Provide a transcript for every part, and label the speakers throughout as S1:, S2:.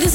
S1: This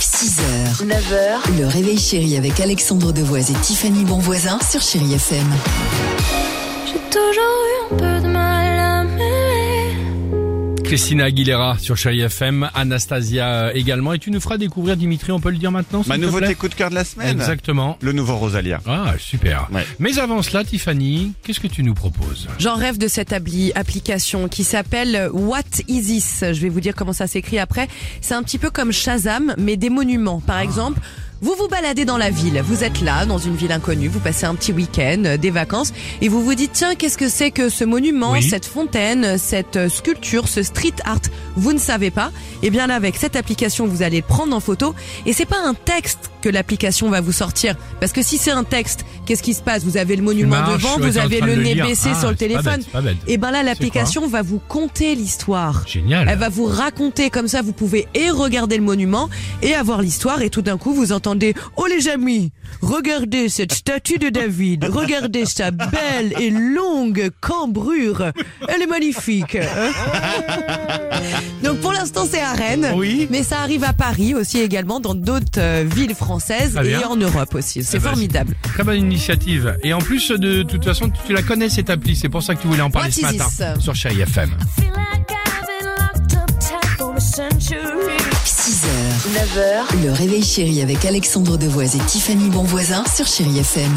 S2: 6h, 9h, le réveil chéri avec Alexandre Devoise et Tiffany Bonvoisin sur Chérie FM.
S3: J'ai toujours eu un peu de mal à m'aimer.
S4: Christina Aguilera sur Chérie FM, Anastasia euh, également. Et tu nous feras découvrir Dimitri, on peut le dire maintenant s'il
S5: Ma
S4: te
S5: nouveauté
S4: plaît
S5: coup de cœur de la semaine.
S4: Exactement.
S5: Le nouveau Rosalia.
S4: Ah, super.
S5: Ouais.
S4: Mais avant cela, Tiffany, qu'est-ce que tu nous proposes
S6: J'en rêve de cette appli- application qui s'appelle What Isis. Je vais vous dire comment ça s'écrit après. C'est un petit peu comme Shazam, mais des monuments. Par exemple, vous vous baladez dans la ville. Vous êtes là, dans une ville inconnue. Vous passez un petit week-end, euh, des vacances, et vous vous dites tiens, qu'est-ce que c'est que ce monument,
S4: Oui.
S6: cette fontaine, cette euh, sculpture, ce street art Vous ne savez pas. Eh bien là, avec cette application, vous allez le prendre en photo. Et c'est pas un texte que l'application va vous sortir, parce que si c'est un texte, qu'est-ce qui se passe Vous avez le monument
S4: Tu marches,
S6: devant,
S4: ouais,
S6: vous
S4: t'es en
S6: avez
S4: train
S6: le
S4: de
S6: nez
S4: lire.
S6: baissé
S4: Ah,
S6: sur le
S4: c'est pas
S6: téléphone.
S4: bête, c'est pas bête.
S6: Et ben là, l'application va vous conter l'histoire.
S4: Génial.
S6: Elle va vous raconter comme ça, vous pouvez et regarder le monument et avoir l'histoire et tout d'un coup vous entendez "Oh les amis, regardez cette statue de David, regardez sa belle et longue cambrure, elle est magnifique." hein. Donc pour l'instant c'est à Rennes,
S5: Oui.
S6: mais ça arrive à Paris aussi également dans d'autres euh, villes françaises
S4: Très
S6: et
S4: bien.
S6: en Europe aussi. C'est
S4: Ah bah,
S6: formidable.
S4: Très bonne initiative. Et en plus, de toute façon, tu la connais cette appli. C'est pour ça que tu voulais en parler
S6: What
S4: ce
S6: is
S4: matin
S6: this
S4: sur Chérie FM.
S3: Feel like I've been locked up tight for a century.
S2: 6h, 9h, le réveil chéri avec Alexandre Devoise et Tiffany Bonvoisin sur Chérie FM.